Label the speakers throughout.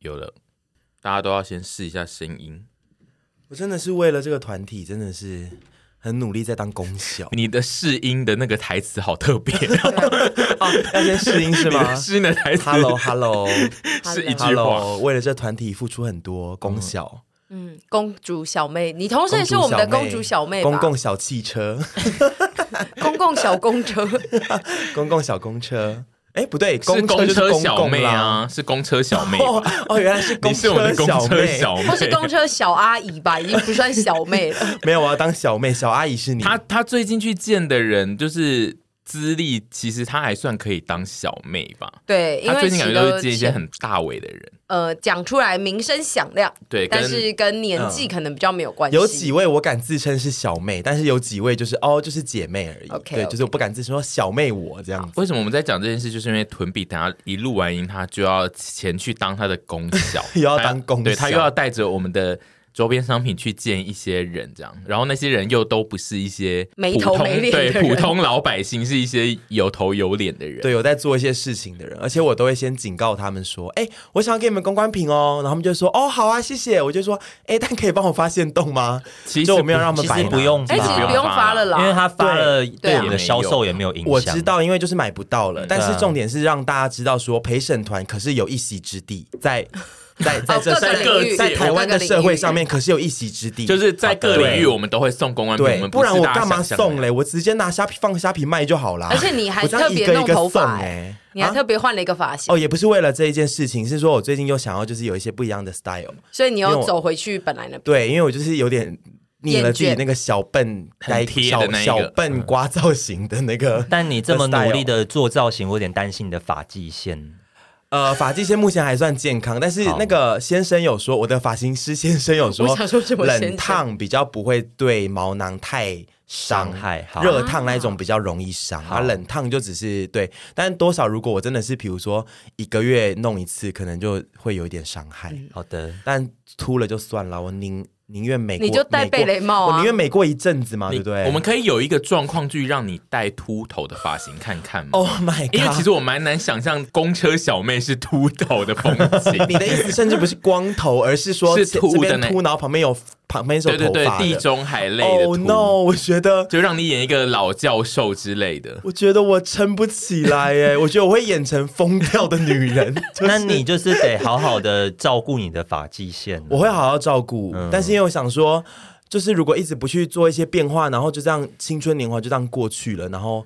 Speaker 1: 有了，大家都要先试一下声音。，
Speaker 2: 我真的是为了这个团体，真的是很努力在当公小
Speaker 1: 你的试音的那个台词好特 别、 哦，
Speaker 2: 要先试音是
Speaker 1: 你
Speaker 2: 吗
Speaker 1: 的试音的台词
Speaker 2: ？Hello Hello
Speaker 1: 是一句话。
Speaker 2: Hello，为了这团体付出很多，公小，
Speaker 3: 嗯，公主小妹，你同时也是我们的公主小妹吧？
Speaker 2: 公共小 汽车，
Speaker 3: 公 共小公车，
Speaker 2: 公共小公车。哎，不对，
Speaker 1: 是
Speaker 2: 公
Speaker 1: 公
Speaker 2: 就是
Speaker 1: 车
Speaker 2: 公
Speaker 1: 小
Speaker 2: 共
Speaker 1: 妹
Speaker 2: 啦。
Speaker 1: 啊，是公车小妹。
Speaker 2: 哦 哦，原来是公
Speaker 1: 你是我们的公车
Speaker 2: 妹。
Speaker 1: 小妹
Speaker 3: 或，是公车小阿姨吧，已经不算小妹 了。
Speaker 2: 没有，我要当小妹，小阿姨是你。
Speaker 1: 她她最近去见的人就是资历，其实她还算可以当小妹吧。
Speaker 3: 对，因
Speaker 1: 她
Speaker 3: 为
Speaker 1: 最近感
Speaker 3: 其
Speaker 1: 觉都
Speaker 3: 都
Speaker 1: 是见一些很大尾的人，
Speaker 3: 呃讲出来名声响亮，
Speaker 1: 对，
Speaker 3: 但
Speaker 1: 跟
Speaker 3: 是跟年纪可能比较没有关系。
Speaker 2: 有几位我敢自称是小妹，但是有几位就是哦，就是姐妹而已。
Speaker 3: OK，
Speaker 2: 对
Speaker 3: OK
Speaker 2: 就是我不敢自称说小妹我这样子。
Speaker 1: 为什么我们在讲这件事，就是因为屯比等下一录完音，他就要前去当他的公小
Speaker 2: ，又要当公小
Speaker 1: 对他又要带着我们的周边商品去见一些人，这样，然后那些人又都不是一些
Speaker 3: 没
Speaker 1: 普
Speaker 3: 头
Speaker 1: 通
Speaker 3: 没脸的
Speaker 1: 对
Speaker 3: 人
Speaker 1: 普通老百姓，是一些有头有脸的人。
Speaker 2: 对，有在做一些事情的人，而且我都会先警告他们说：“哎、我想要给你们公关品哦。”然后他们就说：“哦，好啊，谢谢。”我就说：“哎、但可以帮我发现洞吗？”
Speaker 1: 其实
Speaker 2: 就我没有让他
Speaker 4: 其
Speaker 2: 们白
Speaker 4: 实
Speaker 2: 拿
Speaker 4: 不，用吧，
Speaker 3: 哎，其实不用发了啦，
Speaker 4: 因为他发了
Speaker 3: 对
Speaker 4: 对我们的销售也没有影响。
Speaker 2: 我知，道，因为就是买不到
Speaker 1: 嗯
Speaker 2: 了。但
Speaker 4: 对
Speaker 2: 是
Speaker 4: 啊
Speaker 2: 重点是让大家知道说，陪审团可是有一席之地， 在在在
Speaker 3: 哦
Speaker 2: 这
Speaker 3: 各个
Speaker 2: 在
Speaker 3: 领域
Speaker 2: 在台湾的社会上
Speaker 3: 各个领
Speaker 2: 面
Speaker 3: 域
Speaker 2: 可是有一席之地，
Speaker 1: 就是在各领域，我们都会送公关品，
Speaker 2: 对，
Speaker 1: 们
Speaker 2: 不
Speaker 1: 不是
Speaker 2: 然我
Speaker 1: 大家
Speaker 2: 干嘛
Speaker 1: 想象的
Speaker 2: 送嘞？我直接拿虾皮放虾皮卖就好啦。
Speaker 3: 而且你还
Speaker 2: 我这样
Speaker 3: 特别
Speaker 2: 一个一
Speaker 3: 弄
Speaker 2: 个
Speaker 3: 头发
Speaker 2: 送
Speaker 3: 欸
Speaker 2: 欸
Speaker 3: 你还
Speaker 2: 啊
Speaker 3: 特别换了一个发型，
Speaker 2: 哦，也不是为了这一件事情，是说我最近又想要就是有一些不一样的 style。
Speaker 3: 所以你
Speaker 2: 因为
Speaker 3: 又
Speaker 2: 我
Speaker 3: 走回去本来那边。
Speaker 2: 对，因为我就是有点腻了自己
Speaker 3: 厌倦
Speaker 2: 那个小笨呆
Speaker 1: 很贴
Speaker 2: 小
Speaker 1: 的那一个嗯
Speaker 2: 小笨瓜造型的那个。
Speaker 4: 但你这么努力的做造型，我有点担心你的发际线。
Speaker 2: 呃，发际线目前还算健康，但是
Speaker 4: 好
Speaker 2: 那个先生有说，我的发型师先生有
Speaker 3: 我
Speaker 2: 说
Speaker 3: 想说什，么先生
Speaker 2: 冷烫比较不会对毛囊太伤
Speaker 4: 伤害好
Speaker 2: 热烫那一种比较容易伤，啊，冷烫就只是对，但多少如果我真的是，比如说一个月弄一次，可能就会有一点伤害，
Speaker 4: 好的，
Speaker 2: 但秃了就算了，我宁宁愿每过
Speaker 3: 你就戴
Speaker 2: 每过
Speaker 3: 贝雷帽啊
Speaker 2: 我宁愿每过一阵子嘛，
Speaker 1: 你
Speaker 2: 对不对？
Speaker 1: 我们可以有一个状况剧，让你戴秃头的发型看看吗？
Speaker 2: Oh my god！
Speaker 1: 因为其实我蛮难想象公车小妹是秃头的风 景。
Speaker 2: 你的意 思甚至不是光头，而是说
Speaker 1: 是
Speaker 2: 这
Speaker 1: 秃的
Speaker 2: 这边
Speaker 1: 那
Speaker 2: 秃，然后旁边有旁边是有
Speaker 1: 对
Speaker 2: 头
Speaker 1: 对对，
Speaker 2: 发的。
Speaker 1: 地中海类的秃
Speaker 2: 哦 no！我觉得，
Speaker 1: 就让你演一个老教授之类的。
Speaker 2: 我觉得我撑不起来 耶，我觉得我会演成疯掉的女人。就是
Speaker 4: 那你就是得好好的照顾你的发际线。
Speaker 2: 我会好好照顾，
Speaker 1: 嗯
Speaker 2: 但是因为我想说，就是如果一直不去做一些变化，然后就这样青春年华就这样过去了，然后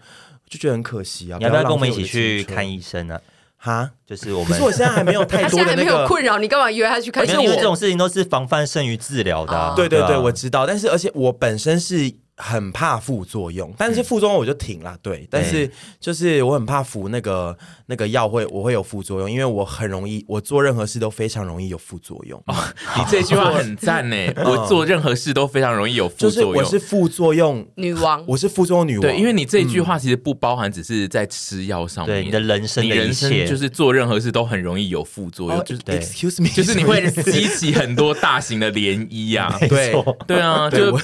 Speaker 2: 就觉得很可惜啊。
Speaker 4: 你要不要跟我们一起
Speaker 2: 浪费
Speaker 4: 去
Speaker 2: 的青春
Speaker 4: 看医生呢、
Speaker 2: 哈？
Speaker 4: 就是我
Speaker 2: 可
Speaker 4: 们
Speaker 2: 是，我现在还没有太
Speaker 3: 他
Speaker 2: 多
Speaker 3: 现在
Speaker 2: 的
Speaker 3: 还
Speaker 2: 那
Speaker 3: 没
Speaker 2: 个
Speaker 3: 有困扰，你干嘛约他去看？
Speaker 4: 没有因为这种事情都是防范胜于治疗的、啊
Speaker 3: 哦
Speaker 2: 对对对，
Speaker 4: 啊
Speaker 2: 我知道，但是而且我本身是很怕副作用，但
Speaker 1: 嗯
Speaker 2: 是副作用我就停啦。对，但是就是我很怕服那个那个药会，我会有副作用，因为我很容易，我做任何事都非常容易有副作用，
Speaker 1: 你这句话很赞呢，我做任何事都非常容易有副
Speaker 2: 嗯就是
Speaker 1: 作
Speaker 2: 我
Speaker 1: 用。
Speaker 2: 是副作用，
Speaker 3: 女王，
Speaker 2: 我是副啊嗯作用女王，
Speaker 1: 对，因为你这一句话其实不包含只是在吃药上面，
Speaker 4: 对你的人生
Speaker 1: 你
Speaker 4: 的一
Speaker 1: 人生
Speaker 4: 切，
Speaker 1: 就是做任何事都很容易有副作用，
Speaker 2: 哦
Speaker 1: 就是
Speaker 4: 对
Speaker 2: excuse me，
Speaker 1: 就是 你会
Speaker 2: 什么意思
Speaker 1: 激起很多大型的涟漪 啊。
Speaker 2: 对。
Speaker 1: 对啊，
Speaker 2: 对
Speaker 1: 就
Speaker 2: 我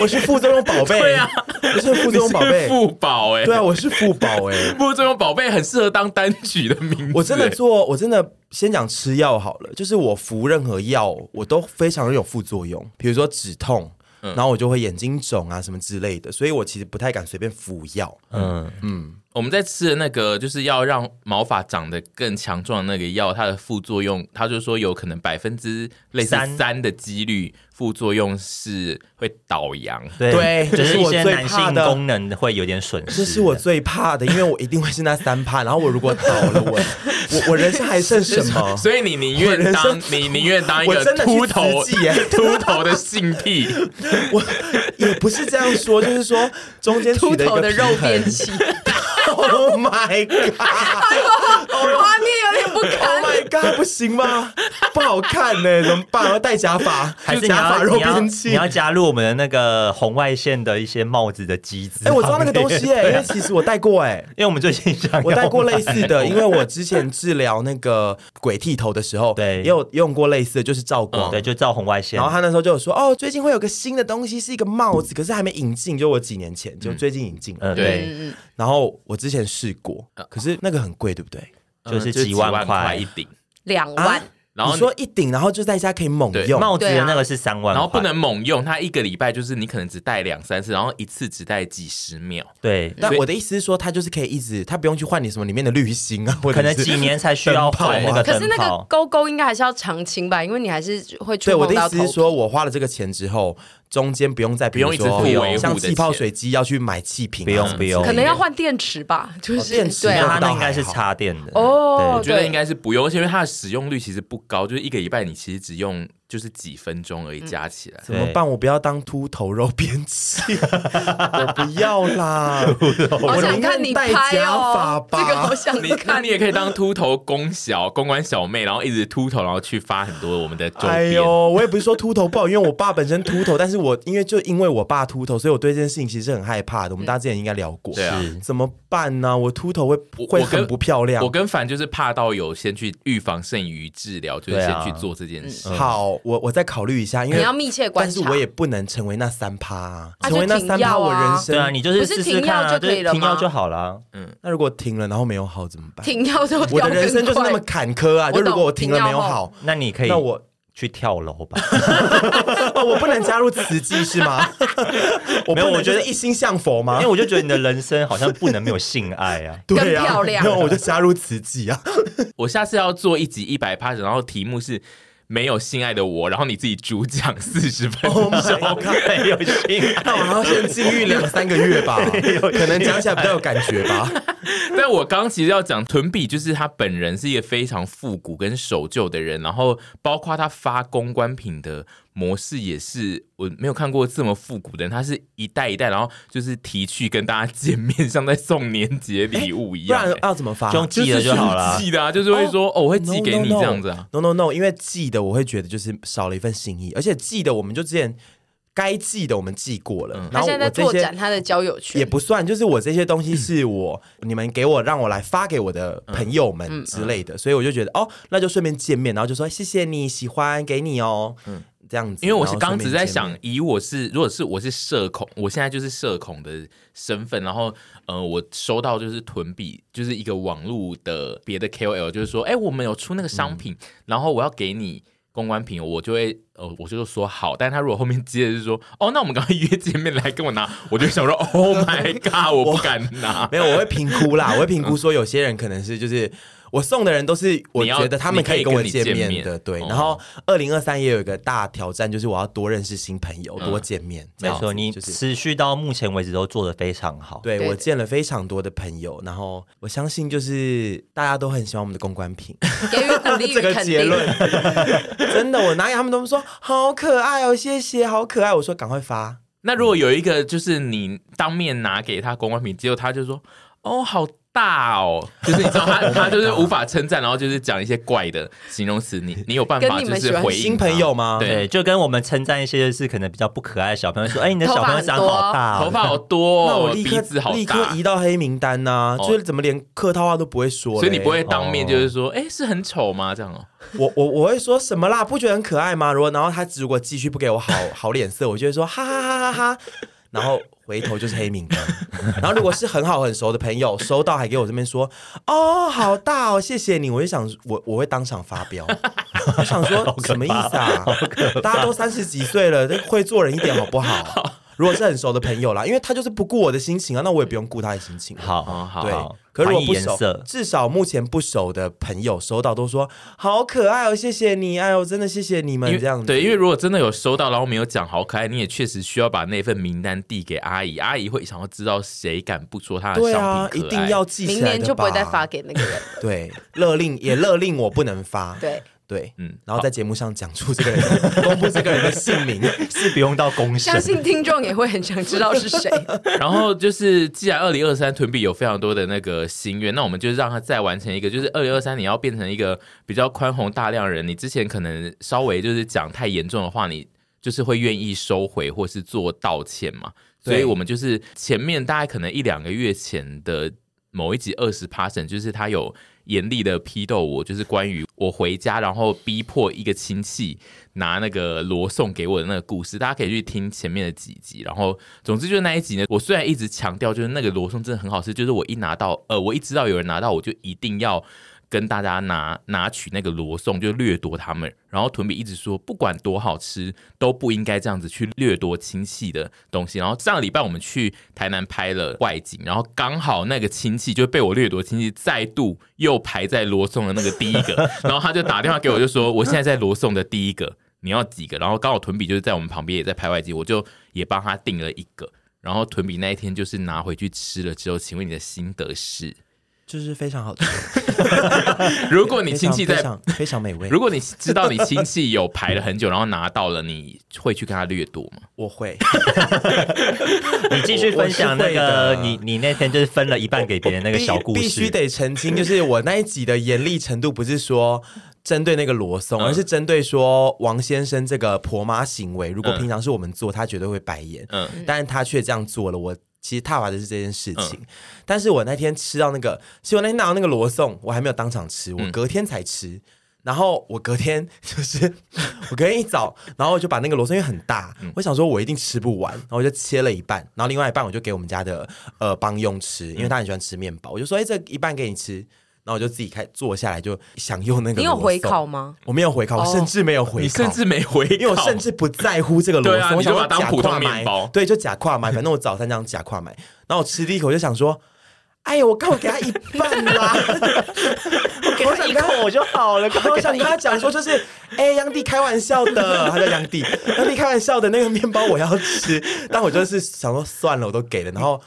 Speaker 2: 我是副作用宝贝，
Speaker 1: 对啊，
Speaker 2: 我是副
Speaker 1: 你
Speaker 2: 作用宝
Speaker 1: 是
Speaker 2: 贝，
Speaker 1: 富宝哎，
Speaker 2: 对啊，我是副宝哎、
Speaker 1: 副作用宝贝很适合当单曲的名字。
Speaker 2: 我真的
Speaker 1: 欸
Speaker 2: 做，我真的先讲吃药好了，就是我服任何药，我都非常有副作用，比如说止痛，
Speaker 4: 嗯
Speaker 2: 然后我就会眼睛肿啊什么之类的，所以我其实不太敢随便服药。
Speaker 4: 嗯，
Speaker 1: 我们在吃的那个就是要让毛发长得更强壮的那个药，它的副作用，他就说有可能百分之类似
Speaker 4: 三
Speaker 1: 三的几率副作用是会倒阳。
Speaker 2: 对
Speaker 4: 就
Speaker 2: 这是
Speaker 4: 一
Speaker 2: 我
Speaker 4: 些
Speaker 2: 最
Speaker 4: 男
Speaker 2: 怕
Speaker 4: 性
Speaker 2: 的
Speaker 4: 功能会有点损失。
Speaker 2: 这是我最怕的，因为我一定会是那三怕，然后我如果倒了，我我我人生还剩什 么？
Speaker 1: 所以你宁愿
Speaker 2: 我
Speaker 1: 当
Speaker 2: 人
Speaker 1: 你宁愿当一
Speaker 2: 我
Speaker 1: 个
Speaker 2: 真的去
Speaker 1: 秃头
Speaker 2: 慈济耶
Speaker 1: 秃头的性 癖，
Speaker 2: 我也不是这样说，就是说中间
Speaker 3: 秃
Speaker 2: 取得一
Speaker 3: 头
Speaker 2: 个
Speaker 3: 的肉
Speaker 2: 平衡
Speaker 3: 变细，
Speaker 2: Oh my god！
Speaker 3: 画面有点不 堪
Speaker 2: Oh。my god，不行吗？不好看呢、怎么办？我要戴假发，
Speaker 4: 还是你
Speaker 2: 假发
Speaker 4: 要
Speaker 2: 肉
Speaker 4: 你要
Speaker 2: 变
Speaker 4: 你
Speaker 2: 器？
Speaker 4: 要
Speaker 2: 哎、
Speaker 4: 加入我们的那个红外线的一些帽子的机制。
Speaker 2: 哎我知 道那个
Speaker 4: 啊
Speaker 2: 东西哎、因为其实我戴过哎、
Speaker 4: 因为我们最近想要
Speaker 2: 我戴过
Speaker 4: 哎
Speaker 2: 类似的，
Speaker 4: 买
Speaker 2: 因为我之前治疗那个鬼剃头的时候，
Speaker 4: 对嗯
Speaker 2: 也有用过类似的，就是照光。
Speaker 4: 对，就照红外线。
Speaker 2: 然后他那时候就有说，哦，最近会有个新的东西，是一个帽子，可是还没引进，就我几年前，就最近引进了。
Speaker 4: 嗯，
Speaker 1: 对
Speaker 4: 对，嗯
Speaker 3: 嗯，嗯
Speaker 2: 然后我之前试过，可是那个很贵，对不对？啊
Speaker 4: 就是
Speaker 1: 嗯
Speaker 4: 几万块
Speaker 1: 一顶。
Speaker 3: 两万，
Speaker 1: 然后
Speaker 2: 你说一顶，然后就在家可以猛
Speaker 1: 对
Speaker 2: 用，
Speaker 4: 帽子
Speaker 3: 啊
Speaker 4: 的那个是三万块，
Speaker 1: 然后不能猛用，它一个礼拜就是你可能只戴两三次，然后一次只戴几十秒。
Speaker 4: 对，
Speaker 3: 嗯
Speaker 2: 但
Speaker 1: 所以
Speaker 2: 我的意思是说，他就是可以一直，他不用去换你什么里面的滤芯啊，或者
Speaker 4: 可能
Speaker 2: 是啊
Speaker 4: 几年才需要换那个
Speaker 3: 可是
Speaker 4: 灯
Speaker 3: 那个
Speaker 4: 泡。
Speaker 3: 勾勾应该还是要常青吧，因为你还是会触
Speaker 2: 对我
Speaker 3: 碰
Speaker 2: 的
Speaker 3: 到
Speaker 2: 意思
Speaker 3: 头
Speaker 2: 是说，
Speaker 3: 皮。
Speaker 2: 我花了这个钱之后，中间不用再比如
Speaker 1: 不用一直
Speaker 2: 说
Speaker 1: 付
Speaker 4: 维护的
Speaker 2: 像气泡
Speaker 1: 钱
Speaker 2: 水机要去买气瓶啊，
Speaker 4: 不用
Speaker 2: 什么
Speaker 4: 不用
Speaker 2: 之类的
Speaker 3: 可能要换电池吧，就是、
Speaker 2: 哦电池
Speaker 3: 对
Speaker 4: 那
Speaker 2: 啊
Speaker 4: 它
Speaker 3: 啊，
Speaker 4: 那应该是插电的
Speaker 3: 哦
Speaker 1: 我
Speaker 4: 对
Speaker 1: 觉得
Speaker 3: 对
Speaker 1: 应该是不用，而且因为它的使用率其实不高，就是一个礼拜你其实只用就是几分钟
Speaker 3: 嗯
Speaker 1: 而已，加起 来。
Speaker 2: 怎么办？我不要当秃头肉编辑， 我不要啦！
Speaker 3: 好
Speaker 2: 我
Speaker 3: 想
Speaker 2: 宁
Speaker 3: 看你
Speaker 2: 愿戴
Speaker 3: 拍
Speaker 2: 假发
Speaker 3: 哦，这个
Speaker 2: 吧
Speaker 3: 好。想
Speaker 1: 你那
Speaker 3: 看
Speaker 1: 你。也可以当秃头公小公关小妹，然后一直秃头，然后去发很多我们的周边。
Speaker 2: 哎呦，我也不是说秃头不好，因为我爸本身秃头，但是我因为就因为我爸秃头，所以我对这件事情其实是很害怕的。我们大家之前应该聊过，
Speaker 1: 嗯对啊
Speaker 2: 怎么办呢？我秃头会
Speaker 1: 我
Speaker 2: 会
Speaker 1: 我跟
Speaker 2: 很不漂亮
Speaker 1: 我。跟凡就是怕到有先去预防胜于治疗，就是
Speaker 4: 对
Speaker 1: 先
Speaker 4: 啊
Speaker 1: 去做这件
Speaker 3: 嗯
Speaker 1: 事。
Speaker 2: 好，我我再考虑一下，因为
Speaker 3: 你要密切观
Speaker 2: 但
Speaker 3: 察
Speaker 2: 是我也 不能成为那三趴、啊，
Speaker 3: 啊
Speaker 2: 成为那
Speaker 3: 就
Speaker 2: 三
Speaker 3: 停药
Speaker 2: 趴，
Speaker 3: 啊
Speaker 2: 我人生
Speaker 4: 对啊，你就是
Speaker 3: 不是
Speaker 4: 试试
Speaker 3: 停药
Speaker 4: 看啊，
Speaker 3: 就
Speaker 4: 就是
Speaker 3: 可以了
Speaker 4: 停药
Speaker 3: 吗
Speaker 4: 就好了。啊
Speaker 2: 那如果停了然后没有好怎么办？
Speaker 3: 停药都
Speaker 2: 我
Speaker 3: 掉
Speaker 2: 的人生就是那么坎坷啊！
Speaker 3: 我懂
Speaker 2: 就如果我停了没有
Speaker 3: 停药
Speaker 2: 好，
Speaker 4: 那你可以
Speaker 2: 那我
Speaker 4: 去跳楼吧。
Speaker 2: 哦，我不能加入慈济是 吗？我没
Speaker 4: 没有
Speaker 2: 有，
Speaker 4: 我
Speaker 2: 我
Speaker 4: 觉
Speaker 2: 觉
Speaker 4: 得
Speaker 2: 得一心向佛吗。
Speaker 4: 因为？我就觉得你的人生好像不能没有性爱啊
Speaker 3: 更
Speaker 2: 对啊
Speaker 3: 漂亮
Speaker 2: 那我就加入慈济 啊！
Speaker 1: 我下次要做一集一百趴，然后题目是没有性爱的我，然后你自己主讲四十分钟。
Speaker 2: Oh
Speaker 4: 没有性
Speaker 2: 啊那我
Speaker 4: 爱，
Speaker 2: 还要先禁欲两三个月吧， 可能讲起来比较有感觉 吧。
Speaker 1: 但我刚其实要讲屯比，就是他本人是一个非常复古跟守旧的人，然后包括他发公关品的模式也是我没有看过这么复古的人，他是一代一代，然后就是提去跟大家见面，像在送年节礼物一
Speaker 2: 不
Speaker 1: 样、
Speaker 2: 然
Speaker 1: 欸。
Speaker 2: 要怎么发？
Speaker 4: 就用寄的就好了。
Speaker 1: 寄的啊，就是会说哦，我会寄给你这样子啊。。
Speaker 2: No no no，因为寄的我会觉得就是少了一份心意，而且寄的我们就之前该寄的我们寄过
Speaker 1: 嗯
Speaker 2: 了，然
Speaker 3: 他
Speaker 2: 后
Speaker 3: 现在
Speaker 2: 我
Speaker 3: 在
Speaker 2: 这
Speaker 3: 拓
Speaker 2: 些
Speaker 3: 展他的交友圈，
Speaker 2: 也不算，就是我这些东西是我、你们给我让我来发给我的朋友
Speaker 3: 嗯
Speaker 2: 们之类的，所以我就觉得哦，那就顺便见面，然后就说谢谢你喜欢，给你哦，嗯，这样子。
Speaker 1: 因为我是
Speaker 2: 然后
Speaker 1: 刚
Speaker 2: 顺
Speaker 1: 只
Speaker 2: 便
Speaker 1: 在
Speaker 2: 见
Speaker 1: 想
Speaker 2: 面，，
Speaker 1: 以我是如果是我是社恐，我现在就是社恐的身份，然后呃，我收到就是囤比，就是一个网络的别的 KOL，就是说，哎、我们有出那个
Speaker 2: 嗯
Speaker 1: 商品，然后我要给你公关品，我就会呃，我就说好，但他如果后面接的是说，哦，那我们刚刚约见面来跟我拿，我就想说 ，Oh my god，我不敢拿。
Speaker 2: 没有，我会评估啦，我会评估说有些人可能是就是。我送的人都是我
Speaker 1: 你要
Speaker 2: 觉得他们可以跟我见
Speaker 1: 你可以跟
Speaker 2: 面
Speaker 1: 你见
Speaker 2: 的，
Speaker 1: 面
Speaker 2: 对
Speaker 1: 哦。
Speaker 2: 然后二零二三也有一个大挑战，就是我要多认识新朋友，
Speaker 1: 嗯
Speaker 2: 多见面。这
Speaker 4: 没
Speaker 2: 样
Speaker 4: 错，
Speaker 2: 子
Speaker 4: 你
Speaker 2: 就是
Speaker 4: 持续到目前为止都做得非常好。
Speaker 2: 对
Speaker 3: 对
Speaker 2: 我
Speaker 3: 对
Speaker 2: 见了非常多的朋友，然后我相信就是大家都很喜欢我们的公关 品，
Speaker 3: 给予鼓 励
Speaker 2: 这
Speaker 3: 与
Speaker 2: 个
Speaker 3: 肯
Speaker 2: 结论
Speaker 3: 定。，
Speaker 2: 真的，我拿给他们，他们说好可爱哦，谢谢，好可爱。我说赶快发，
Speaker 1: 那如果有一个就是你当面拿给他公关品，结果他就说，哦，好大哦， 就是你知道 他他就是无法称赞，然后就是讲一些怪的形容词，你你有办法
Speaker 3: 跟你
Speaker 1: 就
Speaker 3: 们喜
Speaker 1: 是
Speaker 3: 欢
Speaker 1: 回应
Speaker 2: 新
Speaker 1: 他
Speaker 2: 朋友吗？
Speaker 1: 对
Speaker 4: 对，就跟我们称赞一些是可能比较不可爱的小朋友说，哎，你的
Speaker 3: 头
Speaker 4: 小
Speaker 3: 发
Speaker 4: 朋友
Speaker 3: 很
Speaker 4: 长
Speaker 3: 多
Speaker 4: 好大哦，
Speaker 1: 头发好多、
Speaker 2: 啊那
Speaker 1: 哦
Speaker 2: 我，立刻
Speaker 1: 鼻子好
Speaker 2: 立刻
Speaker 1: 大
Speaker 2: 移。到黑名单呐、
Speaker 1: 哦
Speaker 2: 就是怎么连客套话都不会说嘞，哦
Speaker 1: 所以你不会当面就是说，哎、是很丑吗？这样哦，
Speaker 2: 我我我会说什么啦？不觉得很可爱吗？如果然后他如果继续不给我好好脸色，我就会说哈哈哈哈哈，然后回头就是黑名单。然后如果是很好很熟的朋友，收到还给我这边说哦好大哦，谢谢你，我就想我我会当场发飙。我想说什么意思啊？大家都三十几岁了，会做人一点好不好？如果是很熟的朋友啦，因为他就是不顾我的心情啊，那我也不用顾他的心情了。啊
Speaker 4: 好
Speaker 1: 哦好
Speaker 2: 对
Speaker 4: 好，
Speaker 2: 可是
Speaker 4: 还
Speaker 2: 我
Speaker 4: 以
Speaker 2: 不
Speaker 4: 颜
Speaker 2: 熟
Speaker 4: 色，
Speaker 2: 至少目前不熟的朋友收到都说好可爱哦，谢谢你，哎呦，真的谢谢你
Speaker 1: 因
Speaker 2: 们
Speaker 1: 为
Speaker 2: 这样子。
Speaker 1: 对，因为如果真的有收到，然后没有讲好可爱，你也确实需要把那份名单递给阿姨，阿姨会想要知道谁敢不说她的
Speaker 2: 对
Speaker 1: 商
Speaker 2: 啊，
Speaker 1: 品
Speaker 2: 一
Speaker 1: 可爱。
Speaker 2: 定要记起来
Speaker 3: 明
Speaker 2: 的吧
Speaker 3: 年就不会再发。给那个人。
Speaker 2: 对，勒令也勒令我不能发。
Speaker 3: 对，
Speaker 2: 对，
Speaker 1: 嗯
Speaker 2: 嗯，然后在节目上讲出这个人，公布这个人的姓名。
Speaker 4: 是不用到公审
Speaker 3: 相。信听众也会很想知道是 谁。
Speaker 1: 然后就是，既然二零二三屯比有非常多的那个心愿，那我们就让他再完成一个，就是二零二三你要变成一个比较宽宏大量的人。你之前可能稍微就是讲太严重的话，你就是会愿意收回或是做道歉嘛。所
Speaker 2: 对
Speaker 1: 以我们就是前面大概可能一两个月前的某一集二十 passion，就是他有严厉的批斗我，就是关于我回家然后逼迫一个亲戚拿那个罗送给我的那个故事，大家可以去听前面的几集。然后，总之就是那一集呢，我虽然一直强调就是那个罗宋真的很好吃，就是我一拿到，呃，我一知道有人拿到，我就一定要。跟大家拿拿取那个罗宋，就掠夺他们。然后屯比一直说，不管多好吃，都不应该这样子去掠夺亲戚的东西。然后上个礼拜我们去台南拍了外景，然后刚好那个亲戚就被我掠夺亲戚再度又排在罗宋的那个第一 个，然后他就打电话给我，就说我现在在罗宋的第一个，你要几个？然后刚好屯比就是在我们旁边也在拍外景，我就也帮他订了一个。然后屯比那一天就是拿回去吃了之后，请问你的心得是？
Speaker 2: 就是非常好吃。
Speaker 1: 如果你亲戚
Speaker 2: 非
Speaker 1: 在
Speaker 2: 常非常非常美味，
Speaker 1: 如果你知道你亲戚有排了很久，然后拿到了，你会去跟他掠夺吗？
Speaker 2: 我会。
Speaker 4: 你继续分享那
Speaker 2: 我我
Speaker 4: 个
Speaker 2: 是会的
Speaker 4: 你你那天就是分了一半给别人那个小故
Speaker 2: 必必须
Speaker 4: 事，
Speaker 2: 得澄清，就是我那一集的严厉程度不是说针对那个罗
Speaker 4: 嗯
Speaker 2: 松，而是针对说王先生这个婆妈行为。如果
Speaker 1: 嗯
Speaker 2: 平常是我们做，他绝对会白眼，
Speaker 1: 嗯
Speaker 2: 但是他却这样做了，我。其实踏伐的是这件事
Speaker 4: 嗯
Speaker 2: 情，但是我那天吃到那个，其实我那天拿到那个罗宋，我还没有当场吃，
Speaker 1: 嗯
Speaker 2: 我隔天才吃。然后我隔天就是 我隔天一早，然后我就把那个罗宋因为很大，
Speaker 1: 嗯
Speaker 2: 我想说我一定吃不完，然后我就切了一半，然后另外一半我就给我们家的呃帮佣吃，
Speaker 1: 嗯
Speaker 2: 因为他很喜欢吃面包，我就说哎、这一半给你吃，然后我就自己开坐下来就享用那个。
Speaker 3: 你有回考？吗？
Speaker 2: 我没有回考，我
Speaker 3: 哦
Speaker 2: 甚至没有回考，
Speaker 1: 你甚至没回，因
Speaker 2: 因为我甚至不在乎这个螺
Speaker 1: 对啊
Speaker 2: 丝，我
Speaker 1: 你就把它
Speaker 2: 想说
Speaker 1: 当
Speaker 2: 假
Speaker 1: 普通
Speaker 2: 跨
Speaker 1: 面
Speaker 2: 买
Speaker 1: 包
Speaker 2: 对，就假跨买，反正我早餐这样假跨买，然后我吃第一口就想说，哎呀，我刚好给他一半啦，
Speaker 4: 我想一口就好了。
Speaker 2: 哦我想跟他讲说，就是，哎、杨弟开玩笑的，他叫杨弟，杨弟开玩笑的那个面包我要吃，但我就是想说算了，我都给了，然后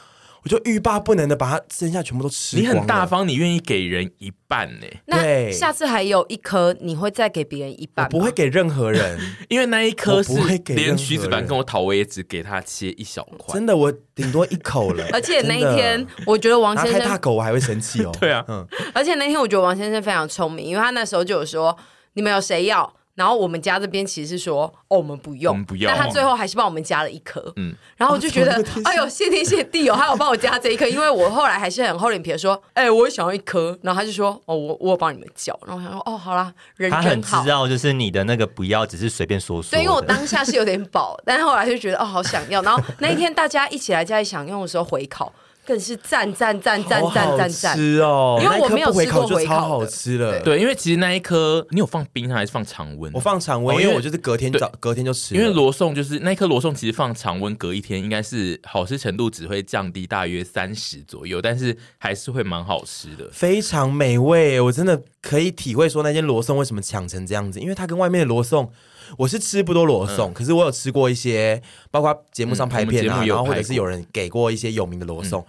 Speaker 2: 我就欲罢不能的把它剩下全部都吃
Speaker 1: 你
Speaker 2: 光了
Speaker 1: 很大，方，你愿意给人一半呢、
Speaker 3: 那
Speaker 2: 对
Speaker 3: 下次还有一颗，你会再给别人一
Speaker 2: 我
Speaker 3: 半？
Speaker 2: 不会。给任 何人，
Speaker 1: 因为那一颗
Speaker 2: 我
Speaker 1: 是
Speaker 2: 不会给任何
Speaker 1: 连
Speaker 2: 人
Speaker 1: 徐子凡跟我讨，我也只给他切一小块。
Speaker 2: 真的，我顶多一口了，
Speaker 3: 而且那一
Speaker 2: 真
Speaker 3: 天
Speaker 2: 的。，
Speaker 3: 我觉得王
Speaker 2: 拿
Speaker 3: 先
Speaker 2: 开大
Speaker 3: 生，
Speaker 2: 口我还会生气哦。
Speaker 1: 对啊
Speaker 2: 嗯，
Speaker 3: 而且那天我觉得王先生非常聪明，因为他那时候就有说，你们有谁要？然后我们家这边其实是说，哦，我们不用，
Speaker 1: 我们不要
Speaker 3: 但他最后还是帮我们加了一颗，
Speaker 1: 嗯
Speaker 3: 嗯，然后我就觉得
Speaker 2: 哦怎么那么贴，心
Speaker 3: 哎呦，谢天谢地哦，他有帮我加这一颗，因为我后来还是很厚脸皮的说，哎，我也想要一颗，然后他就说，哦，我我有帮你们叫，然后我想说，哦，好啦，人
Speaker 4: 他
Speaker 3: 真
Speaker 4: 很
Speaker 3: 好
Speaker 4: 知，道，就是你的那个不要只是随便说说的。
Speaker 3: 对，因为我 当下是有点饱，但是后来就觉得哦，好想要。然后那一天大家一起来家里享用的时候，回烤更是赞赞赞赞赞赞
Speaker 2: 好好
Speaker 3: 赞。
Speaker 2: 吃哦！
Speaker 3: 因为我没有
Speaker 2: 那一颗不回烤
Speaker 3: 吃过
Speaker 2: 就
Speaker 3: 回烤的
Speaker 2: 超好吃了。，
Speaker 1: 对，因为其实那一颗你有放冰箱还是放啊常温？
Speaker 2: 我放常温，
Speaker 1: 哦
Speaker 2: 因
Speaker 1: 因
Speaker 2: 为
Speaker 1: 为
Speaker 2: 我就是隔天早隔天就吃了，
Speaker 1: 因为罗宋就是那一颗罗宋，其实放常温隔一天，应该是好吃程度只会降低大约三十左右，但是还是会蛮好吃的。
Speaker 2: 非常美味，我真的可以体会说那间罗宋为什么抢成这样子，因为它跟外面的罗宋。我是吃不多罗宋，可是我有吃过一些，包括节目上拍
Speaker 1: 嗯嗯
Speaker 2: 片
Speaker 1: 我们节
Speaker 2: 啊，
Speaker 1: 目有
Speaker 2: 然后或
Speaker 1: 拍
Speaker 2: 者
Speaker 1: 过嗯
Speaker 2: 是有人给过一些有名的罗宋，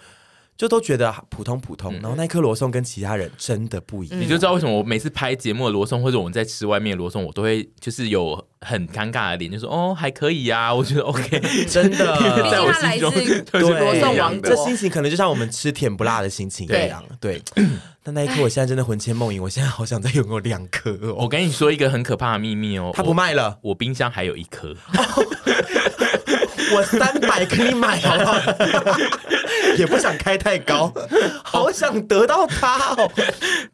Speaker 2: 就都觉得普通普通。然后那颗罗宋跟其他人真的不一样，
Speaker 1: 你就知道为什么我每次拍节目的罗宋，或者我们在吃外面的罗宋，我都会就是有很尴尬的脸，就说哦还可以啊，我觉 得 OK。
Speaker 2: 真的。
Speaker 3: 毕
Speaker 1: 在
Speaker 3: 竟
Speaker 1: 我
Speaker 3: 它来
Speaker 1: 心中
Speaker 3: 自
Speaker 1: 就是不
Speaker 2: 对，
Speaker 3: 罗宋王
Speaker 2: 这
Speaker 3: 国
Speaker 2: 心情可能就像我们吃甜不辣的心情一样。对，但那一刻我现在真的魂牵梦萦，我现在好想再拥有两颗
Speaker 1: 我
Speaker 2: 哦。
Speaker 1: 跟你说一个很可怕的秘密哦，
Speaker 2: 他不卖了，
Speaker 1: 我，我冰箱还有一颗。
Speaker 2: 我三百给你买好不好？ 也不想开太高，好想得到它哦。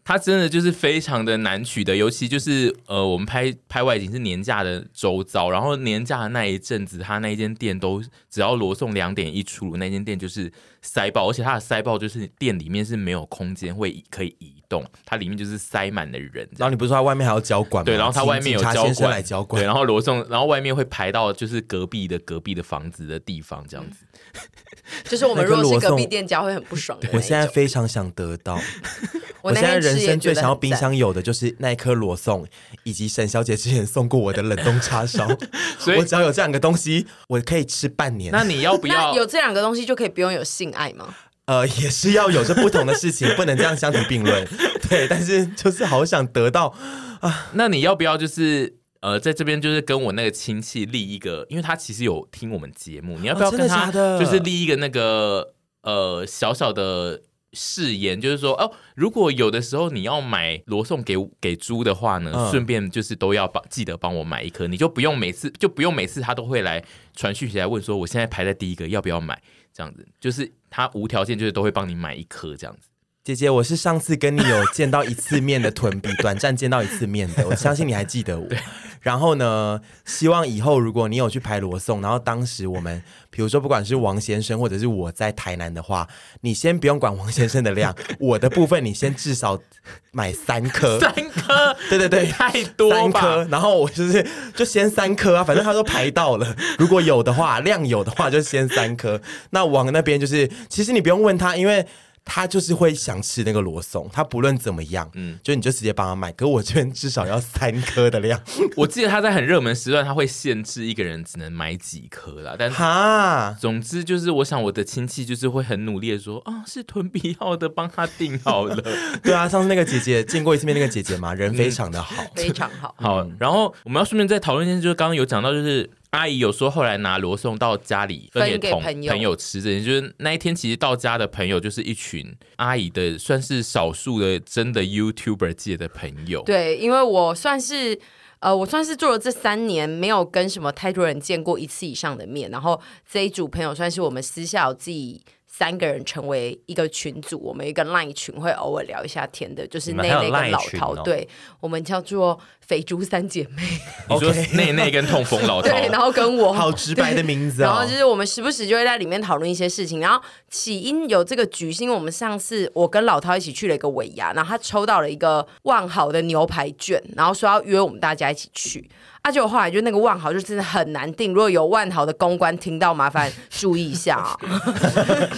Speaker 1: 它真的就是非常的难取的，尤其就是呃，我们拍拍外景是年假的周遭，然后年假的那一阵子，它那一间店都只要罗宋两点一出炉，那间店就是塞爆，而且它的塞爆就是店里面是没有空间会可以移动，它里面就是塞满了人。
Speaker 2: 然后你不是说它外面还有交管吗？
Speaker 1: 对，然后它
Speaker 2: 请
Speaker 1: 外面有
Speaker 2: 警察
Speaker 1: 交
Speaker 2: 先生
Speaker 1: 管，
Speaker 2: 来交
Speaker 1: 对，
Speaker 2: 管。
Speaker 1: 然后罗宋，然后外面会排到就是隔壁的隔壁的房子的地方这样
Speaker 2: 嗯
Speaker 1: 子。
Speaker 3: 就是我们如果是隔壁店家会很不爽的那一
Speaker 2: 我
Speaker 3: 种。
Speaker 2: 现在非常想得到，
Speaker 3: 我
Speaker 2: 我
Speaker 3: 那
Speaker 2: 现在
Speaker 3: 天
Speaker 2: 人
Speaker 3: 吃也
Speaker 2: 生
Speaker 3: 觉
Speaker 2: 最
Speaker 3: 得
Speaker 2: 想要
Speaker 3: 很
Speaker 2: 冰
Speaker 3: 赞。
Speaker 2: 箱有的就是那一颗罗宋，以及沈小姐之前送过我的冷冻叉烧。
Speaker 1: 所以
Speaker 2: 我只要有这两个东西，我可以吃半年。
Speaker 1: 那你要不要
Speaker 3: 那有这两个东西就可以不用有性爱 吗？
Speaker 2: 呃，也是要有着不同的事情，不能这样相提并论。对，但是就是好想得到，
Speaker 1: 那你要不要就是呃，在这边就是跟我那个亲戚立一个，因为他其实有听我们节目，你要不要
Speaker 2: 哦真
Speaker 1: 跟
Speaker 2: 的
Speaker 1: 他
Speaker 2: 假的
Speaker 1: 就是立一个那个呃小小的誓言，就是说哦，如果有的时候你要买罗宋给给猪的话呢，
Speaker 2: 嗯
Speaker 1: 顺、便就是都要帮记得帮我买一颗，你就不用每次就不用每次他都会来传讯息来问说我现在排在第一个要不要买这样子，就是他无条件就是都会帮你买一颗这样子。
Speaker 2: 姐姐，我是上次跟你有见到一次面的臀比，短暂见到一次面的，我相信你还记得我。然后呢，希望以后如果你有去排罗宋，然后当时我们比如说不管是王先生或者是我在台南的话，你先不用管王先生的量，我的部分你先至少买 三颗，
Speaker 1: 三颗，
Speaker 2: 对对对
Speaker 1: 太多
Speaker 2: 三颗
Speaker 1: 吧。，
Speaker 2: 然后我就是 就先三颗啊，反正他都排到 了，如果有的话，量有的话就先三颗。那王那边就是，其实你不用问他，因为。他就是会想吃那个罗宋，他不论怎么样，嗯，就你就直接帮他买。可我这边至少要三颗的 量，
Speaker 1: 我记得他在很热门时段，他会限制一个人只能买几颗啦。但
Speaker 2: 哈，
Speaker 1: 总之就是，我想我的亲戚就是会很努力的说啊，是囤必要的，帮他订好 了。。
Speaker 2: 对啊，上次那个姐姐见过一次面，那个姐姐嘛，人非常的好，
Speaker 3: 非常好
Speaker 1: 好，然后我们要顺便再讨论一件事，就是刚刚有讲到，就是阿姨有说后来拿罗宋到家里分
Speaker 3: 分给
Speaker 1: 同
Speaker 3: 朋友
Speaker 1: 朋友吃这件事，就是那一天其实到家的朋友就是一群阿姨的，算是少数的真的 YouTuber 界的朋友。
Speaker 3: 对，因为我算是。呃，我算是做了这三年没有跟什么太多人见过一次以上的面，然后这一组朋友算是我们私下有自己三个人成为一个群组，我们有一个 LINE 群会偶尔聊一下天的，就是
Speaker 4: 你
Speaker 3: 那
Speaker 4: 们还有
Speaker 3: 那跟
Speaker 4: LINE
Speaker 3: 老
Speaker 4: 群
Speaker 3: 陶，
Speaker 4: 哦
Speaker 3: 对我们叫做肥猪三姐妹，
Speaker 1: 你说
Speaker 2: OK
Speaker 1: 内内跟痛风
Speaker 4: 哦
Speaker 1: 老头，
Speaker 3: 对，然后跟我
Speaker 2: 好直白的名字
Speaker 3: 然
Speaker 2: 哦
Speaker 3: 后就。是我们时不时就会在里面讨论一些事情。然后起因有这个局，是因为我们上次我跟老涛一起去了一个尾牙，然后他抽到了一个万豪的牛排券，然后说要约我们大家一起去。啊，结果后来就那个万豪就真的很难订，如果有万豪的公关听到，麻烦注意一下啊、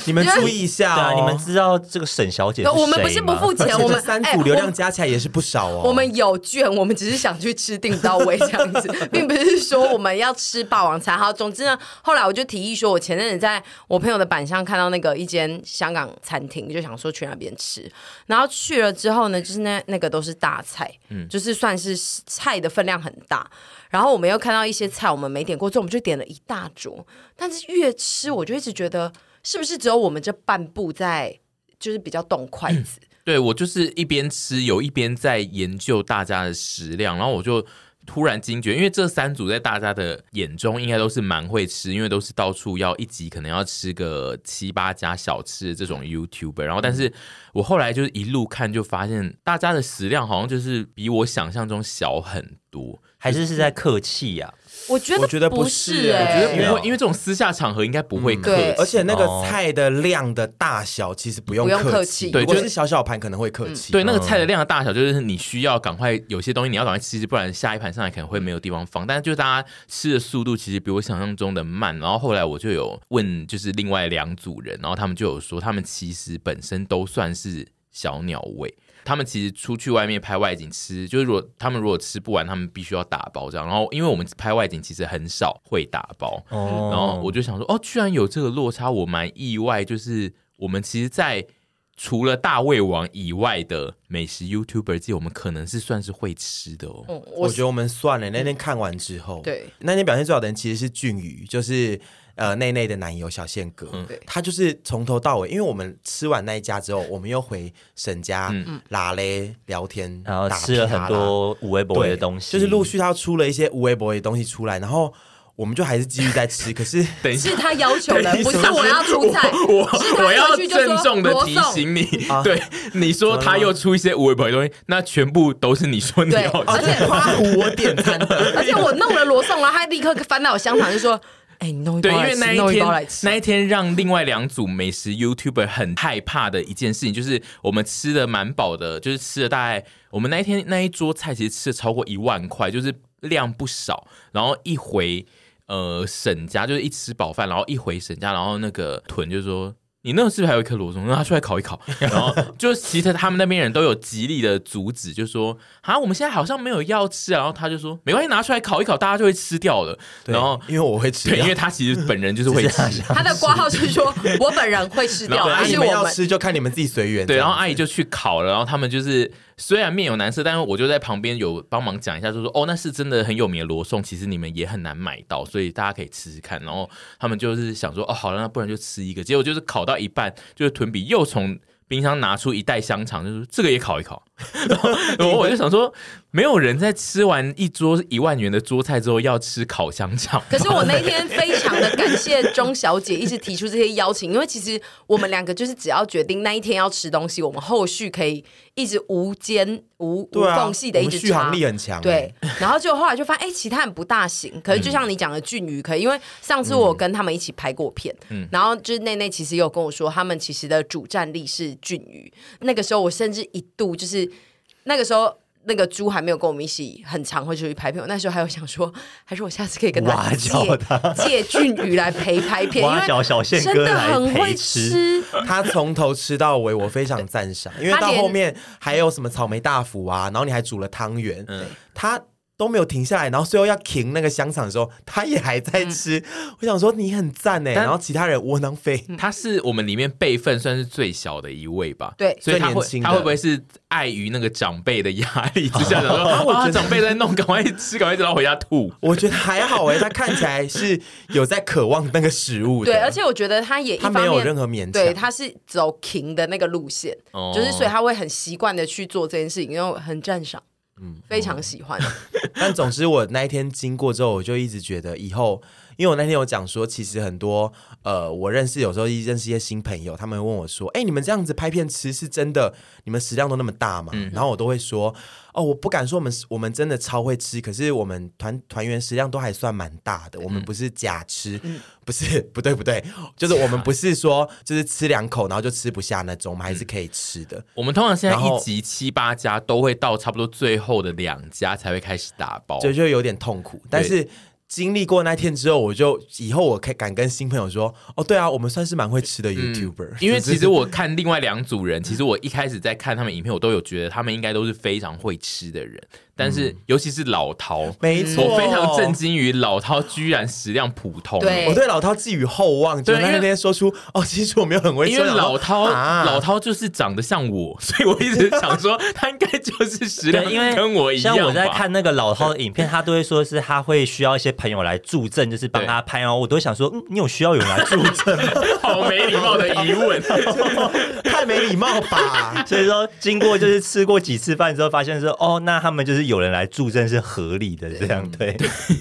Speaker 2: 你们注意一下
Speaker 4: 对
Speaker 2: 哦，
Speaker 4: 啊，你们知道这个沈小姐是
Speaker 3: 那
Speaker 4: 谁吗？
Speaker 3: 我们不是不付
Speaker 2: 而且
Speaker 3: 钱，我
Speaker 2: 这
Speaker 3: 们
Speaker 2: 三
Speaker 3: 哎
Speaker 2: 组流
Speaker 3: 我
Speaker 2: 量加起来也是不少哦。
Speaker 3: 我们有券，我们只是想去吃定到位这样 子，并不是说我们要吃霸王餐。好，总之呢，后来我就提议说，我前阵子在我朋友的板上看到那个一间香港餐厅，就想说去那边吃。然后去了之后呢，就是那那个都是大菜，
Speaker 2: 嗯
Speaker 3: 就是算是菜的分量很大。然后我们又看到一些菜我们没点过，之后我们就点了一大桌。但是越吃，我就一直觉得是不是只有我们这半步在，就是比较动筷
Speaker 2: 嗯
Speaker 3: 子。
Speaker 1: 对我就是一边吃，有一边在研究大家的食量，然后我就突然惊觉，因为这三组在大家的眼中应该都是蛮会吃，因为都是到处要一集可能要吃个七八家小吃的这种 YouTuber，然后但是我后来就是一路看就发现，大家的食量好像就是比我想象中小很多。
Speaker 4: 还是是在客气呀、
Speaker 3: 我觉
Speaker 2: 我觉得不
Speaker 3: 不
Speaker 2: 是
Speaker 3: 是、
Speaker 2: 哎
Speaker 3: 欸，
Speaker 2: 我觉得
Speaker 1: 因为因为这种私下场合应该不会客
Speaker 3: 对
Speaker 1: 气，
Speaker 2: 嗯而且那个
Speaker 4: 哦
Speaker 2: 菜的量的大小其实不用
Speaker 3: 不用
Speaker 2: 客
Speaker 3: 客气
Speaker 1: 对
Speaker 2: 如果
Speaker 1: 就是嗯
Speaker 2: 小小盘可能会客气。嗯
Speaker 1: 对，那个菜的量的大小，就是你需要赶快有些东西你要赶快吃，不然下一盘上来可能会没有地方放。但是就是大家吃的速度其实比我想象中的慢。然后后来我就有问，就是另外两组人，然后他们就有说，他们其实本身都算是小鸟胃。他们其实出去外面拍外景吃，就是如果他们如果吃不完，他们必须要打包这样。然后因为我们拍外景其实很少会打包，
Speaker 4: 哦，
Speaker 1: 然后我就想说，哦，居然有这个落差，我蛮意外。就是我们其实，在除了大胃王以外的美食 YouTuber 界，我们可能是算是会吃的哦。
Speaker 3: 嗯，
Speaker 2: 我
Speaker 3: 我
Speaker 2: 觉得我们算了。那天看完之后，
Speaker 3: 对
Speaker 2: 那天表现最好的人其实是俊宇，就是呃内内的男友小宪哥。
Speaker 1: 嗯
Speaker 3: 对
Speaker 2: 他就是从头到尾，因为我们吃完那一家之后，我们又回沈家
Speaker 1: 嗯
Speaker 3: 嗯
Speaker 2: 拉嘞聊天，
Speaker 4: 然后
Speaker 2: 打
Speaker 4: 吃了
Speaker 2: 屁
Speaker 4: 很
Speaker 2: 啦啦
Speaker 4: 多五味博
Speaker 2: 对
Speaker 4: 的东西，
Speaker 2: 就是陆续他出了一些无微博的东西出来，然后我们就还是继续在吃，可是。
Speaker 1: 等一下
Speaker 3: 是。他要求 的，
Speaker 2: 对
Speaker 3: 不是
Speaker 2: 什么
Speaker 3: 我要出菜，
Speaker 1: 我
Speaker 3: 是他
Speaker 1: 我要
Speaker 3: 回去就说
Speaker 1: 郑重的
Speaker 3: 罗
Speaker 1: 提
Speaker 3: 宋
Speaker 1: 醒你，对你说他又出一些无微博的东西，那全部都是你说你
Speaker 3: 对
Speaker 1: 要
Speaker 3: 而
Speaker 1: 吃
Speaker 3: 且
Speaker 2: 夸胡我点餐的，
Speaker 3: 而且我弄了罗宋，然后他立刻翻到我香肠，就说：“哎、你弄一
Speaker 1: 对，
Speaker 3: 包
Speaker 1: 因
Speaker 3: 来
Speaker 1: 为
Speaker 3: 吃，
Speaker 1: 那一
Speaker 3: 弄一
Speaker 1: 天
Speaker 3: 包来吃。
Speaker 1: 那一天让另外两组美食 YouTuber 很害怕的一件事情，就是我们吃的蛮饱的，就是吃了大概我们那一天那一桌菜其实吃了超过一万块，就是量不少。然后一回呃沈家，就是一吃饱饭，然后一回沈家，然后那个屯就说。你那个是不是还有一颗罗宋？让他出来烤一 烤。然后就其实他们那边人都有极力的阻止，就说啊，我们现在好像没有要吃啊。然后他就说没关系，拿出来烤一烤，大家就会吃掉了。
Speaker 2: 对
Speaker 1: 然后
Speaker 2: 因为我会吃
Speaker 1: 对，
Speaker 2: 掉，
Speaker 1: 因为他其实本人 就是会吃。
Speaker 3: 他的挂号是说：“我本人会 吃掉，
Speaker 1: 然
Speaker 2: 啊
Speaker 3: 而
Speaker 2: 你
Speaker 3: 且
Speaker 2: 们
Speaker 3: 我
Speaker 2: 要
Speaker 3: 们
Speaker 2: 吃就看你们自己随缘这
Speaker 1: 对，然
Speaker 2: 样。
Speaker 1: 后阿姨就去烤了，然后他们就是虽然面有难色，但是我就在旁边有帮忙讲一下，就说哦，那是真的很有名的罗宋，其实你们也很难买到，所以大家可以吃吃看。然后他们就是想说哦，好了，那不然就吃一个。结果就是烤到一半，就是屯比 又从冰箱拿出一袋香肠，就说这个也烤一烤。然后然后我就想说，没有人在吃完一桌一万元的桌菜之后要吃烤香肠。
Speaker 3: 可是我那天非常的感谢钟小姐一直提出这些邀请，因为其实我们两个就是只要决定那一天要吃东西，我们后续可以一直无间无、无
Speaker 2: 对啊，
Speaker 3: 缝隙的一
Speaker 2: 我
Speaker 3: 直
Speaker 2: 们续
Speaker 3: 插
Speaker 2: 航力很强、欸
Speaker 3: 对，，然后就后来就发现，哎、其他很不大行。可是就像你讲的，俊宇可以，因为上次我有跟他们一起拍过片，
Speaker 4: 嗯
Speaker 3: 然后就是内内其实有跟我说，他们其实的主战力是俊宇。那个时候我甚至一度就是那个时候。那个猪还没有跟我们一起，很常会出去拍片。我那时候还有想说，还是我下次可以跟他
Speaker 4: 挖
Speaker 3: 借
Speaker 4: 角
Speaker 3: 借俊宇来陪拍片，因
Speaker 4: 挖角
Speaker 3: 为
Speaker 4: 小宪
Speaker 3: 真
Speaker 4: 哥
Speaker 3: 的
Speaker 4: 来
Speaker 3: 很会
Speaker 4: 陪吃。
Speaker 3: 吃。
Speaker 2: 他从头吃到尾，我非常赞赏，因为
Speaker 3: 他
Speaker 2: 到
Speaker 3: 连
Speaker 2: 后面还有什么草莓大福啊，然后你还煮了汤圆，
Speaker 1: 嗯
Speaker 2: 他都没有停下来，然后最后要停那个香肠的时候，他也还在吃。
Speaker 3: 嗯
Speaker 2: 我想说你很赞哎，
Speaker 1: 但
Speaker 2: 然后其他人窝囊废，
Speaker 1: 他是我们里面辈分算是最小的一位吧？
Speaker 3: 对
Speaker 1: 所以他
Speaker 2: 最年
Speaker 1: 会
Speaker 2: 轻的
Speaker 1: 他会不会是碍于那个长辈的压力之下，想说
Speaker 3: 哦
Speaker 1: 啊，长辈在弄，赶快吃，赶快吃，然后回家吐。
Speaker 2: 我觉得还好哎，他看起来是有在渴望那个食物
Speaker 4: 啊
Speaker 2: 的，
Speaker 3: 对，而且我觉得他也一
Speaker 2: 他
Speaker 3: 方
Speaker 2: 没有
Speaker 3: 面
Speaker 2: 任何勉
Speaker 3: 对，
Speaker 2: 强。
Speaker 3: 他是走勤的那个路线，
Speaker 1: 哦
Speaker 3: 就是所以他会很习惯的去做这件事情，因为我很赞赏，嗯，非常喜欢。
Speaker 2: 但总之，我那一天经过之后，我就一直觉得以后，因为我那天有讲说，其实很多呃，我认识有时候认识一些新朋友，他们会问我说：“哎、你们这样子拍片吃是真的？你们食量都那么大吗？”然后我都会说：“哦，我不敢说我们我们真的超会吃，可是我们团团员食量都还算蛮大的，我们不是假吃， 不是不对不对，就是我们不是说就是吃两口然后就吃不下那种，我们还是可以吃的。
Speaker 1: 我们通常现在
Speaker 2: 然
Speaker 1: 一
Speaker 2: 后
Speaker 1: 集七八家都会到差不多最后的两家才会开始打包。
Speaker 2: 就就有点痛苦。但是经历过那天之后，我就以后我可以敢跟新朋友说，哦，对啊，我们算是蛮会吃的 YouTuber，、
Speaker 1: 嗯因为
Speaker 2: 就是
Speaker 1: 其实我看另外两组人，其实我一开始在看他们影片，我都有觉得他们应该都是非常会吃的人，但是尤其是老陶，
Speaker 2: 嗯没错，
Speaker 1: 我非常震。惊于老陶居然食量普通。啊
Speaker 3: 对
Speaker 2: 我对老涛寄予厚望，就
Speaker 1: 对因为
Speaker 2: 那天说出哦，其实我没有很会吃。
Speaker 1: 因为老涛，
Speaker 2: 啊
Speaker 1: 老涛就是长得像我，所以我一直想说他应该就是食量，
Speaker 4: 对，因为
Speaker 1: 跟我一样
Speaker 4: 像
Speaker 1: 吧。
Speaker 4: 我在看那个老涛的影片，他都会说是他会需要一些朋友来助阵，就是帮
Speaker 1: 对
Speaker 4: 他拍哦。我都想说，嗯，你有需要有人来助 阵吗？？
Speaker 1: 好没礼貌的疑问，
Speaker 2: 太没礼貌吧
Speaker 4: 所以说，经过就是吃过几次饭之后，发现说，哦，那他们就是有人来助阵是合理的，这样对。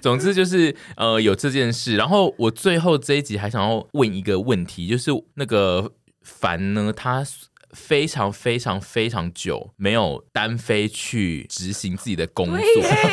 Speaker 1: 总之就是呃有这件事，然后我最后这一集还想要问一个问题，就是那个凡呢，他非常非常非常久没有单飞去执行自己的工作，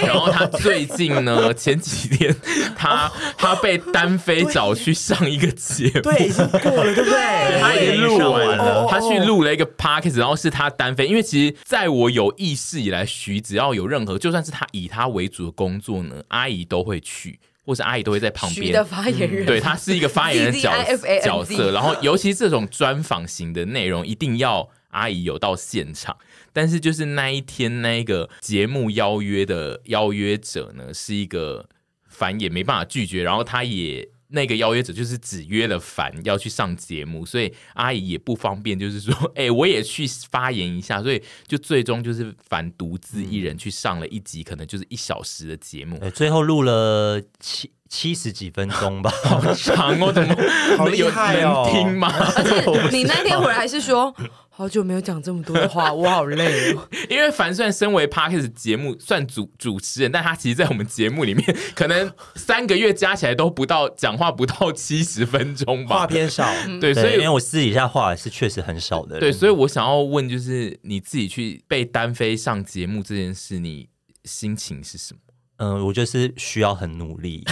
Speaker 1: 然后他最近呢前几天他他被单飞找去上一个节目，
Speaker 2: 对，已经过了，对不对？
Speaker 1: 他已经录完
Speaker 2: 哦哦
Speaker 1: 了
Speaker 2: 哦，
Speaker 1: 他去录了一个 podcast，然后是他单飞。因为其实在我有意识以来，徐只要有任何，就算是他以他为主的工作呢，阿姨都会去，或是阿姨都会在旁
Speaker 3: 徐的
Speaker 1: 边。
Speaker 3: 发言人，
Speaker 1: 对，他是一个发 言人的角
Speaker 3: ZDIFANZ
Speaker 1: 角色，然后尤其这种专访型的内容，一定要阿姨有到现场。但是就是那一天那一个节目邀约的邀约者呢，是一个凡也没办法拒绝，然后他也那个邀约者就是只约了凡要去上节目，所以阿姨也不方便，就是说，哎、我也去发言一下，所以就最终就是凡独自一人去上了一集，可能就是一小时的节目，
Speaker 4: 呃最后录了七七十几分钟 吧，
Speaker 1: 好长哦，怎么
Speaker 2: 好厉害 哦
Speaker 1: 有能听吗？
Speaker 3: 而且你那天回来是 说。好久没有讲这么多的 话，我好累哦。
Speaker 1: 因为凡算身为 Parkes 节目算主主持人，但他其实，在我们节目里面，可能三个月加起来都不到讲话不到七十分钟
Speaker 2: 话
Speaker 1: 吧。
Speaker 2: 偏少，
Speaker 1: 对，所
Speaker 4: 对，因为
Speaker 1: 以
Speaker 4: 我私底下话是确实很少的。
Speaker 1: 对，，所以我想要问，就是你自己去被单飞上节目这件事，你心情是什么？
Speaker 4: 嗯、我就是需要很努 力，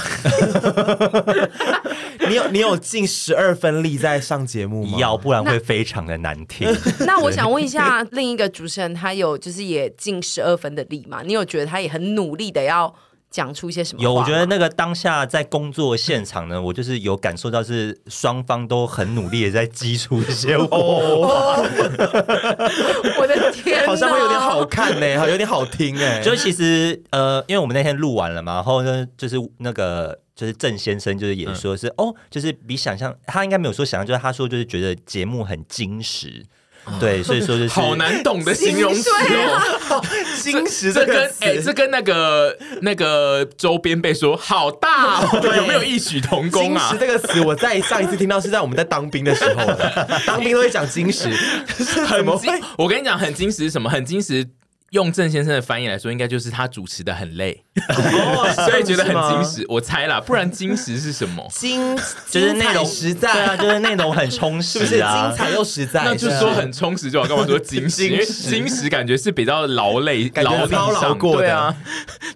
Speaker 2: 你有你有近十二分力在上节目吗？
Speaker 4: 要不然会非常的难 听。
Speaker 3: 那我想问一下，另一个主持人他有就是也尽十二分的力嘛？你有觉得他也很努力的要讲出一些什么话
Speaker 4: 有，
Speaker 3: 吗？
Speaker 4: 我觉得那个当下在工作现场呢，我就是有感受到是双方都很努力的在激出一 些我。
Speaker 3: 我的天哪，
Speaker 2: 好像会有点好看呢，好有点好听哎，
Speaker 4: 就其实呃，因为我们那天录完了嘛，然后呢，就是那个就是郑先生就是也说是、哦，就是比想象他应该没有说想象，就是他说就是觉得节目很精实，对，所以说就是
Speaker 1: 好难懂的形容词哦，
Speaker 2: 金石
Speaker 1: 这
Speaker 2: 啊这
Speaker 1: 跟
Speaker 2: 个
Speaker 1: 哎、
Speaker 2: 词
Speaker 1: 这跟那个那个周边被说好大、 哦，有没有异曲同工
Speaker 2: 金
Speaker 1: 啊
Speaker 2: 石？这个词，我在上一次听到是在我们在当兵的时候了，当兵都会讲金石，可是怎
Speaker 1: 很
Speaker 2: 么会
Speaker 1: 金？，我跟你讲，很金石是什么？很金石。用郑先生的翻译来说，应该就是他主持的很累， 所
Speaker 2: 所
Speaker 1: 以觉得很
Speaker 2: 惊
Speaker 1: 矜
Speaker 2: 喜。？
Speaker 1: 持。我猜啦，不然矜持是什么
Speaker 2: 精
Speaker 4: 就是内容
Speaker 2: 实
Speaker 4: 对
Speaker 2: 在，
Speaker 4: 啊， 就是内容很充
Speaker 2: 是不是
Speaker 4: 实啊
Speaker 2: 精。彩又实在？
Speaker 1: 那就说很充实就好，干嘛说矜持？因为矜持感觉是比较劳累、
Speaker 2: 感觉
Speaker 1: 劳力
Speaker 2: 操劳
Speaker 1: 上
Speaker 2: 过的
Speaker 1: 对啊。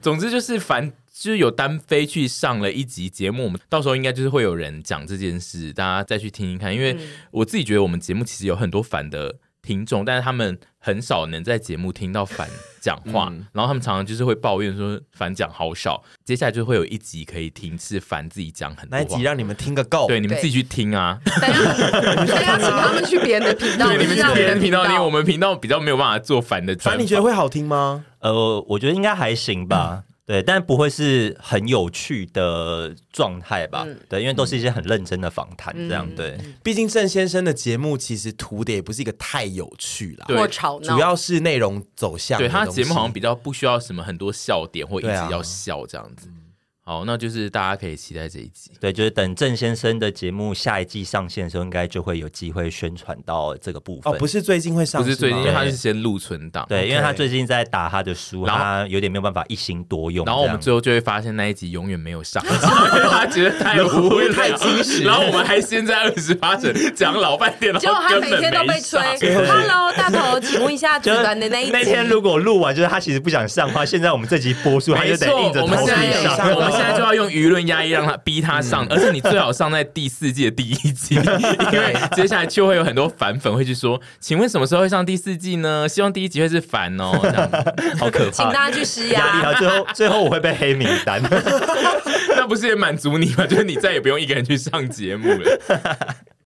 Speaker 1: 总之就是凡。就是有单飞去上了一集节目，我们到时候应该就是会有人讲这件事，大家再去听听看。因为我自己觉得我们节目其实有很多反的听众，但是他们很少能在节目听到反讲话，
Speaker 2: 嗯
Speaker 1: 然后他们常常就是会抱怨说反讲好少。接下来就会有一集可以听是反自己讲很多
Speaker 2: 那一
Speaker 1: 话
Speaker 2: 集，让你们听个够。
Speaker 1: 对，你们
Speaker 3: 对
Speaker 1: 自己去听啊。
Speaker 3: 大家大家请他们去别人的频道，
Speaker 1: 对，你
Speaker 3: 不
Speaker 1: 们去
Speaker 3: 是让
Speaker 1: 别人
Speaker 3: 的
Speaker 1: 频道听，我
Speaker 3: 们
Speaker 1: 们频道比较没有办法做反的专
Speaker 2: 反
Speaker 1: 访。
Speaker 2: 正你觉得会好听吗？
Speaker 4: 呃，我觉得应该还行
Speaker 1: 嗯
Speaker 4: 吧。对，但不会是很有趣的状态吧？
Speaker 1: 嗯
Speaker 4: 对，因为都是一些很认真的访谈，这样、对。
Speaker 2: 毕竟郑先生的节目其实图的也不是一个太有趣啦，
Speaker 1: 对
Speaker 3: 或吵闹，
Speaker 2: 主要是内容走向的
Speaker 1: 对
Speaker 2: 东
Speaker 1: 他
Speaker 2: 西。
Speaker 1: 的节目好像比较不需要什么很多笑点或一直
Speaker 2: 对啊
Speaker 1: 要笑这样子。好，那就是大家可以期待这一集。
Speaker 4: 对，就是等郑先生的节目下一季上线的时候，应该就会有机会宣传到这个部分。
Speaker 2: 哦，不是最近会上，
Speaker 1: 不是最近，因
Speaker 2: 吗
Speaker 1: 为他是先录存档，
Speaker 4: 对，因为
Speaker 2: OK
Speaker 4: 他最近在打他的书，
Speaker 1: 然后
Speaker 4: 他有点没有办法一心多用这
Speaker 1: 然
Speaker 4: 样。
Speaker 1: 后我们最后就会发现那一集永远没有 上，他觉得太无聊，
Speaker 2: 太惊喜
Speaker 1: 然后我们还先在二十八层讲老半 天，
Speaker 3: 结果
Speaker 1: 然后
Speaker 3: 他
Speaker 1: 根
Speaker 3: 每
Speaker 1: 本
Speaker 3: 天都
Speaker 1: 没啊
Speaker 3: 被吹
Speaker 1: 上。
Speaker 3: ，Hello 大头，请问一下子
Speaker 4: 就是
Speaker 3: 团的那一集
Speaker 4: 那天如果录完，就是他其实不想上的话，现在我们这集播出，他
Speaker 1: 没
Speaker 4: 就得
Speaker 1: 错，
Speaker 4: 硬着
Speaker 1: 我们
Speaker 4: 头
Speaker 1: 现
Speaker 4: 皮
Speaker 1: 在
Speaker 4: 上。嗯
Speaker 2: 上
Speaker 1: 我们现在就要用舆论压抑，让他逼他上，而且你最好上在第四季的第一 季，因为接下来就会有很多反粉会去说，请问什么时候会上第四季呢？希望第一集会是反哦，这样 子好可
Speaker 3: 请
Speaker 1: 怕，
Speaker 3: 大家去施
Speaker 4: 压力
Speaker 3: 压
Speaker 4: 啊，。最后最后我会被黑名 单。
Speaker 1: 那不是也满足你吗？就是你再也不用一个人去上节目了。